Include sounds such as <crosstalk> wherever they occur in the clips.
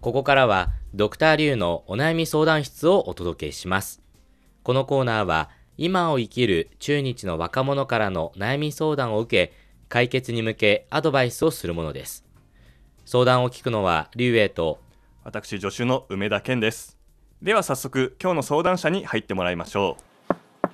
ここからはドクターリュウのお悩み相談室をお届けします。このコーナーは今を生きる中日の若者からの悩み相談を受け、解決に向けアドバイスをするものです。相談を聞くのはリュウエイと私助手の梅田健ですでは早速今日の相談者に入ってもらいましょう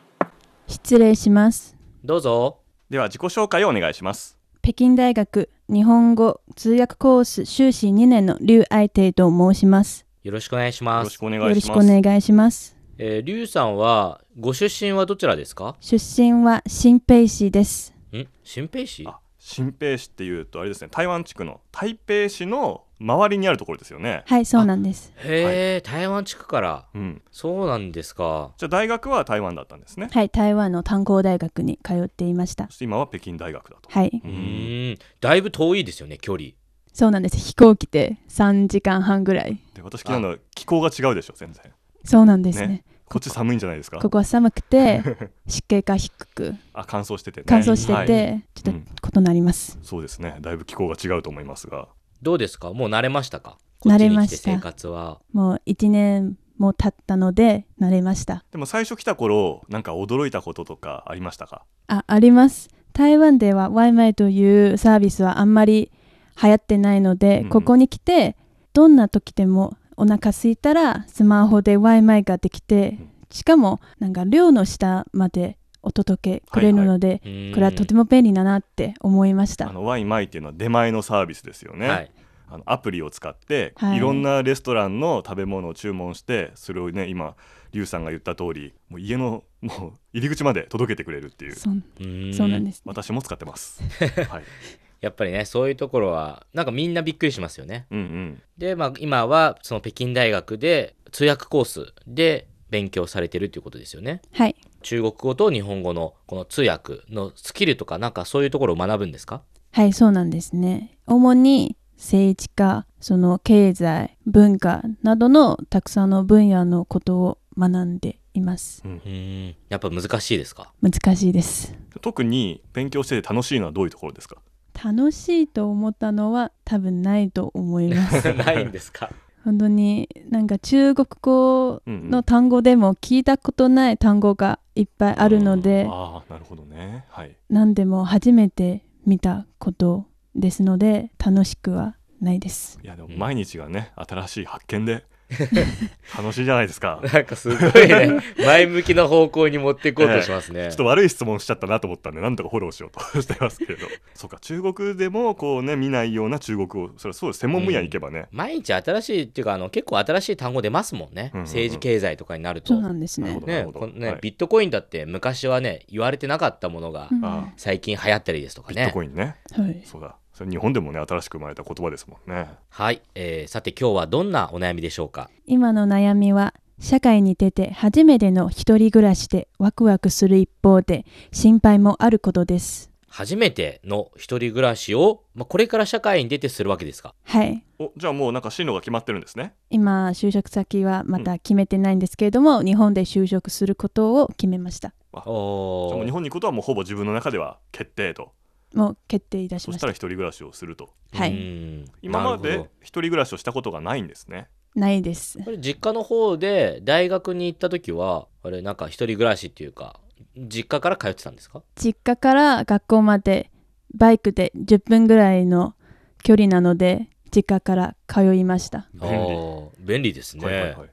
失礼しますどうぞ。では自己紹介をお願いします北京大学日本語通訳コース修士2年の劉愛亭と申しますよろしくお願いしよまろしす。くお願よろいししくおます願いしますえー、リュウさんはご出身はどちらですか出身は新北市ですん新平市あ新平市っていうとあれですね台湾地区の台北市の周りにあるところですよねはいそうなんですへえ、台湾地区から。うん。そうなんですか。じゃあ大学は台湾だったんですねはい台湾の炭鉱大学に通っていましたそして今は北京大学だとはいうんん、だいぶ遠いですよね、距離。そうなんです飛行機で3時間半ぐらいで私昨日の気候が違うでしょ全然そうなんですねねこっち寒いんじゃないですかここは寒 <laughs> くて湿気が低くあ乾燥しててね乾燥してて、はいちょうっんと異なります、そうですねだいぶ気候が違うと思いますがどうですかもう慣れましたか慣れましたこっちに来て生活は。もう1年も経ったので慣れましたでも最初来た頃なんか驚いたこととかありましたかああります台湾では y イマイというサービスはあんまり流行ってないので、うんここに来てどんな時でもお腹空いたらスマホで y イマイができてうんしかもなんか寮の下までお届けくれるので、ここれはとても便利だなって思いましあたのワイマイっていうのは出前のサービスですよね、はい。あのアプリを使って、、はいいろんなレストランの食べ物を注文してそれをね今リュウさんが言った通りもう家のもう入り口まで届けてくれるっていうそううんそうなんですね、私も使ってます、 <laughs> はい、やっぱりね、そういうところは、なんかみんなびっくりしますよね。うんうんで、まあ今はその北京大学で通訳コースで勉強されてるということですよね。はい中国語と日本語のこの通訳のスキルとかなんかそういうところを学ぶんですかはいそうなんですね主に政治家その経済文化などのたくさんの分野のことを学んでいますうんうん、やっぱ難しいですか難しいです特に勉強してて楽しいのはどういうところですか楽しいと思ったのは多分ないと思 <laughs> います <laughs> ないんですか本当になんか中国語うんうんの単語でも聞いたことない単語がいっぱいあるのでうんああなるほどねはい何でも初めて見たことですので楽しくはないですいやでもうん毎日がね新しい発見 <laughs> で楽しいじゃないですかち <laughs> ょなんかすごいね、前向きな方向に持っていこうとしますね。っと悪い質問しちゃったなと思ったんでなんとかフォローしようと <laughs> してますけれどそうか中国でもこうね見ないような中国をそれはそうです専門分野に行けばね、毎日新しいっていうかあの結構新しい単語出ますもんね、うんうんうん政治経済とかになるとそうなんですなるねほどねこのねはいビットコインだって昔はね言われてなかったものがうんあ最近流行ったりですとかビットね、コインねはい、そうだそれ日本でもね新しく生まれた言葉ですもんねはい、えーさて今日はどんなお悩みでしょうか今の悩みは社会に出て初めての一人暮らしでワクワクする一方で心配もあることです初めての一人暮らしを、まあ、これから社会に出てするわけですかはいおじゃあもうなんか進路が決まってるんですね今就職先はまた決めてないんですけれども、日本で就職することを決めましたおじゃあもう日ー本に行くことはもうほぼ自分の中では決定ともう決定いたしそまししたたら一人暮らしをするとはういん今まなるでほど一人暮らしをしたことがないんですねないですこれ実家の方で大学に行った時はあれなんか一人暮らしっていうか実家から通ってたんですか実家から学校までバイクで10分ぐらいの距離なので実家から通いました便利あー便利ですね、はいはいはい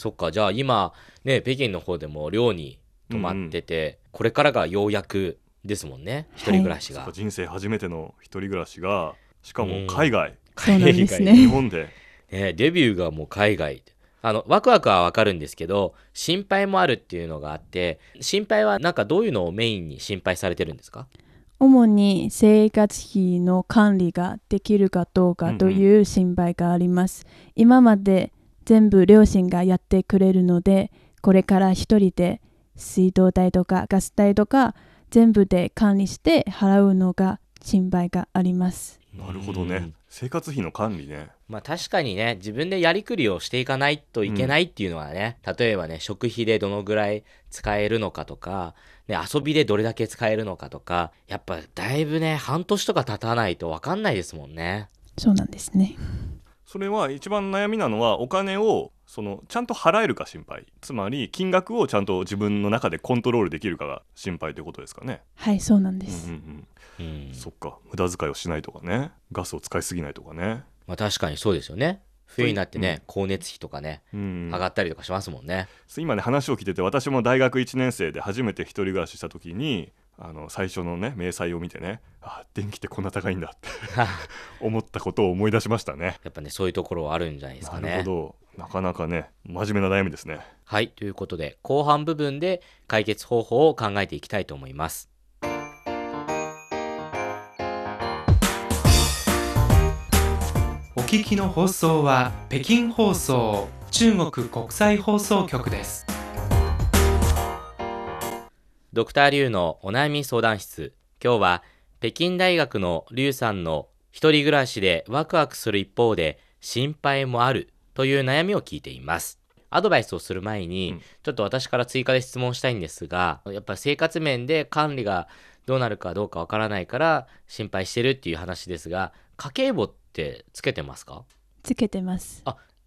そっかじゃあ今ね北京の方でも寮に泊まってて、これからがようやくですもんね一人暮らしそが、っか人生初めての一人暮らしがしかうんも海外、そうなんですね日本でねデビューがもう海外あのワクワクはわかるんですけど心配もあるっていうのがあって心配はなんかどういうのをメインに心配されてるんですか主に生活費の管理ができるかどうかという心配があります、今まで全部両親がやってくれるのでこれから一人で水道代とかガス代とか全部で管理して払うのが心配がありますなるほどうねん生活費の管理ねまあ確かにね自分でやりくりをしていかないといけないっていうのはね、例えばね食費でどのぐらい使えるのかとか、ね、遊びでどれだけ使えるのかとかやっぱだいぶね半年とか経たないと分かんないですもんね。そうなんですねそれは一番悩みなのはお金をそのちゃんと払えるか心配つまり金額をちゃんと自分の中でコントロールできるかが心配ということですかね、はいそうなんでうんす、うんうんうん、そっか無駄遣いをしないとかねガスを使いすぎないとかね、まあ、確かにそうですよね冬になってね、うん光熱費とかねうん上がったりとかしますもんね、今ね話を聞いてて私も大学1年生で初めて一人暮らしした時にあの最初のね明細を見てねあ電気ってこんな高いん <laughs> だって思ったことを思い出しましたね。やっぱねそういうところはあるんじゃないですかなるねほどなかなかね真面目な悩みですね。はいということで後半部分で解決方法を考えていきたいと思いますお聞きの放送は北京放送中国国際放送局です。ドクターリュウのお悩み相談室今日は北京大学のリュウさんの一人暮らしでワクワクする一方で心配もあるという悩みを聞いていますアドバイスをする前に、うんちょっと私から追加で質問したいんですがやっぱ生活面で管理がどうなるかどうかわからないから心配してるっていう話ですが家計簿ってつけてますかつけてます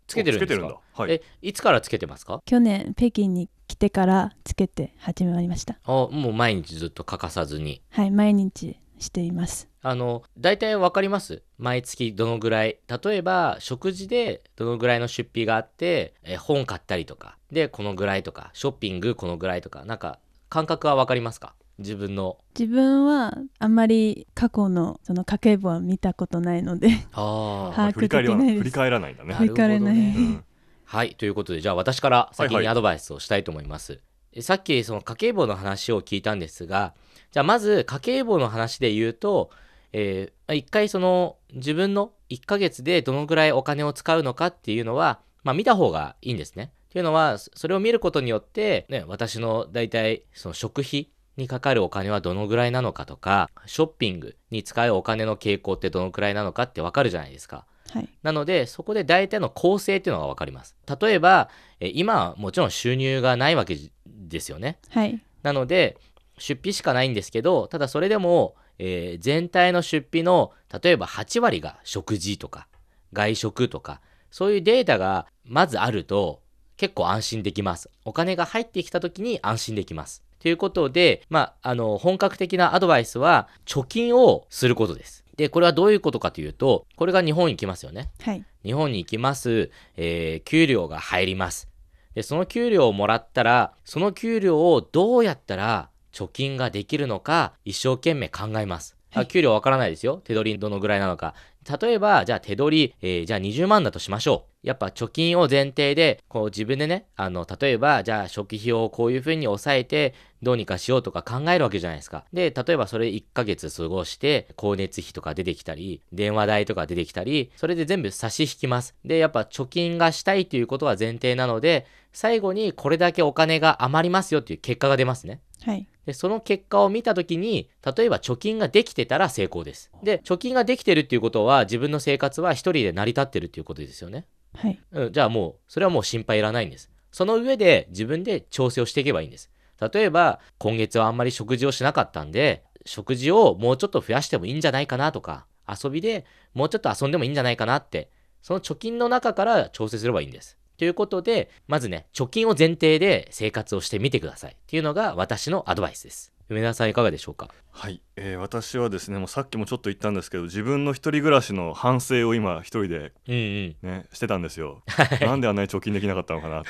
つけてるんですかおつだ。はい。えいつからつけてますか去年北京に来てからつけて始めましたあもう毎日ずっと欠かさずにはい毎日していますあの大体わかります毎月どのぐらい例えば食事でどのぐらいの出費があってえー本買ったりとかでこのぐらいとかショッピングこのぐらいとかなんか感覚はわかりますか自分の自分はあんまり過去のその家計簿は見たことないのであはーいまあ振り返りは把握できないです振り返らないんだね。なるほどねわからないうんはいということでじゃあ私から先はいにはいアドバイスをしたいと思います、えさっきその家計簿の話を聞いたんですがじゃあまず家計簿の話で言うと、えー一回その自分の1ヶ月でどのぐらいお金を使うのかっていうのは、まあ、見た方がいいんですね。というのはそそれを見ることによって、ね、私の大体その食費にかかるお金はどのぐらいなのかとかショッピングに使うお金の傾向ってどのくらいなのかってわかるじゃないですか。はいなので、そこで大体の構成っていうのが分かります。例えば、えー今はもちろん収入がないわけじですよね。はいなので、出費しかないんですけど、ただそれでも、えー全体の出費の、例えば8割が食事とか、外食とか、そういうデータがまずあると、結構安心できます。お金が入ってきた時に安心できます。ということで、まあ、あの、本格的なアドバイスは、貯金をすることです。で、これはどういうことかというと、これが日本に来ますよね。はい日本に行きます、えー給料が入りますでその給料をもらったらその給料をどうやったら貯金ができるのか一生懸命考えます、はあい給料わからないですよ手取りどのぐらいなのか例えばじゃあ手取り、えーじゃあ20万だとしましょうやっぱ貯金を前提でこう自分でねあの例えばじゃあ食費をこういうふうに抑えてどうにかしようとか考えるわけじゃないですか。で、例えばそれ1ヶ月過ごして、光熱費とか出てきたり、電話代とか出てきたり、それで全部差し引きます。で、やっぱ貯金がしたいということは前提なので、最後にこれだけお金が余りますよっていう結果が出ますね。はいで、その結果を見たときに、例えば貯金ができてたら成功です。で、貯金ができてるっていうことは、自分の生活は一人で成り立ってるっていうことですよね。はいうん、じゃあもう、それはもう心配いらないんです。その上で自分で調整をしていけばいいんです。例えば、今月はあんまり食事をしなかったんで、食事をもうちょっと増やしてもいいんじゃないかなとか、遊びでもうちょっと遊んでもいいんじゃないかなって、その貯金の中から調整すればいいんです。ということで、まずね、貯金を前提で生活をしてみてください。っていうのが私のアドバイスです。梅田さんいかがでしょうかはい、えー私はですねもうさっきもちょっと言ったんですけど自分の一人暮らしの反省を今一人でうんうん。ねしてたんですよ。なんであんなに貯金できなかったのかなって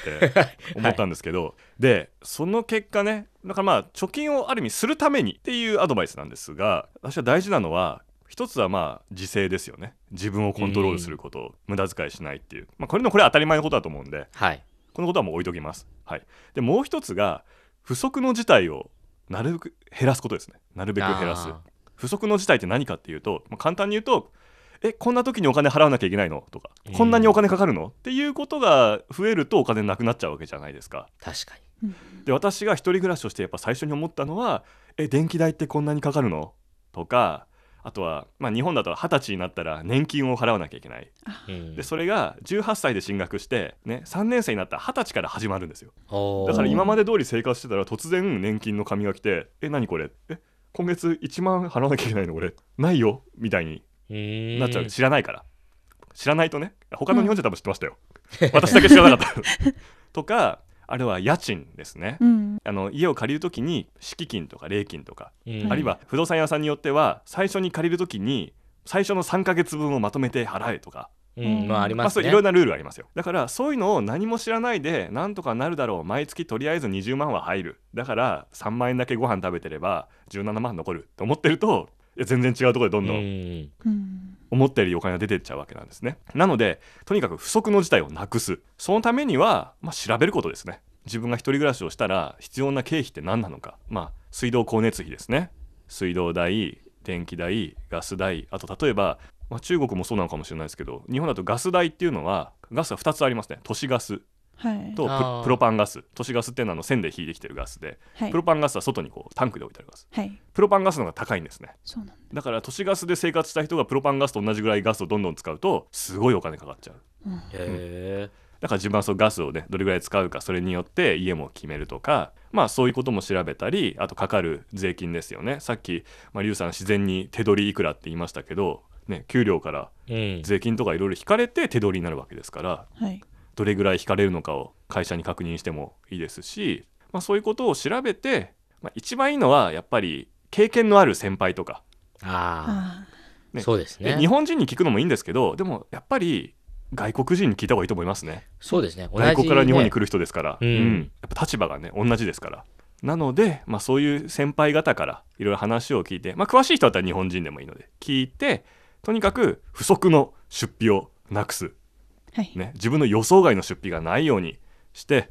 <laughs> 思ったんですけど、でその結果ねだからまあ貯金をある意味するためにっていうアドバイスなんですが私は大事なのは一つはまあ自制ですよね自分をコントロールすること、無駄遣いしないっていう、まあ、これのこれは当たり前のことだと思うんではい。このことはもう置いときます。はい、でもう一つが不測の事態をなるべく減らすことですねなるべく減らすあー不測の事態って何かっていうと、まあ、簡単に言うとえこんな時にお金払わなきゃいけないのとか、うんこんなにお金かかるのっていうことが増えるとお金なくなっちゃうわけじゃないですか確かに。で私が一人暮らしをしてやっぱ最初に思ったのはえ電気代ってこんなにかかるのとかあとは、まあ、日本だと二十歳になったら年金を払わなきゃいけないうんでそれが18歳で進学して、ね、3年生になったら二十歳から始まるんですよおーだから今まで通り生活してたら突然年金の紙が来て「え何これえ今月1万払わなきゃいけないの俺ないよ」みたいにうーんなっちゃう、知らないから知らないとね他の日本人は多分知ってましたよ、私だけ知らなかった <laughs> とかあれは家賃ですね、うんあの家を借りるときに敷金とか礼金とか、うんあるいは不動産屋さんによっては最初に借りるときに最初の3ヶ月分をまとめて払えとかうん、まあありまあ、ますそういね。ろいろなルールがありますよだからそういうのを何も知らないでなんとかなるだろう毎月とりあえず20万は入るだから3万円だけご飯食べてれば17万残ると思ってるといや全然違うところでどんどうんんうん思ってるお金が出てっちゃうわけなんですねなのでとにかく不測の事態をなくすそのためには、まあ、調べることですね自分が一人暮らしをしたら必要な経費って何なのかまあ水道光熱費ですね水道代電気代ガス代あと例えば、まあ、中国もそうなのかもしれないですけど日本だとガス代っていうのはガスが2つありますね都市ガスはいとあーププロパンガス都市ガスっていうのはあの線で引いてきてるガスではいプロパンガスは外にこうタンクで置いてあるガスはいプロパンガスの方が高いんですねそうなんだだから都市ガスで生活した人がプロパンガスと同じぐらいガスをどんどん使うとすごいお金かかっちゃうへだから自分はそのガスをねどれぐらい使うかそれによって家も決めるとかまあそういうことも調べたりあとかかる税金ですよねさっき、まあ、リュウさん自然に手取りいくらって言いましたけど、ね、給料からえうん税金とかいろいろ引かれて手取りになるわけですからはいどれぐらい引かれるのかを会社に確認してもいいですし、まあ、そういうことを調べて、まあ、一番いいのはやっぱり経験のある先輩とかあああ、ねそうですでね。日本人に聞くのもいいんですけどでもやっぱり外国人に聞いた方がいいと思いますねそうですね。同じ外国から日本にね来る人ですから、うんやっぱ立場がね同じですからなので、まあ、そういう先輩方からいろいろ話を聞いて、まあ、詳しい人だったら日本人でもいいので聞いてとにかく不足の出費をなくす、ーはいね、自分の予想外の出費がないようにして、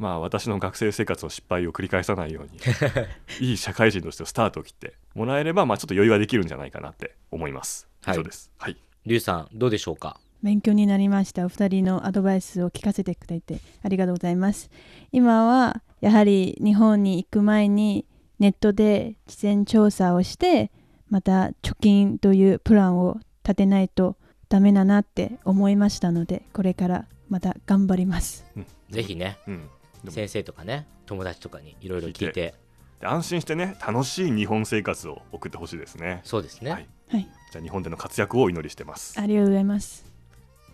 まあ、私の学生生活の失敗を繰り返さないよう <laughs> にいい社会人としてスタートを切ってもらえれば、まあ、ちょっと余裕ができるんじゃないかなって思います。はい以上です、はいリュウさん、どうでしょうか。勉強になりましたお二人のアドバイスを聞かせてくれてありがとうございます今はやはり日本に行く前にネットで事前調査をしてまた貯金というプランを立てないとダメだなって思いましたのでこれからまた頑張りますぜひね、うん、でも先生とかね、友達とかにいろいろ聞聞いいて、安心してね楽しい日本生活を送ってほしいですねそうですね。はいはいじゃあ日本での活躍をお祈りしてますありがとうございます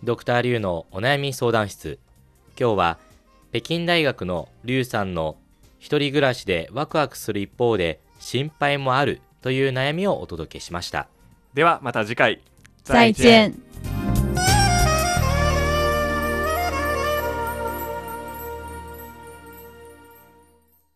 ドクターリュウのお悩み相談室今日は北京大学のリュウさんの一人暮らしでワクワクする一方で心配もあるという悩みをお届けしましたではまた次回再见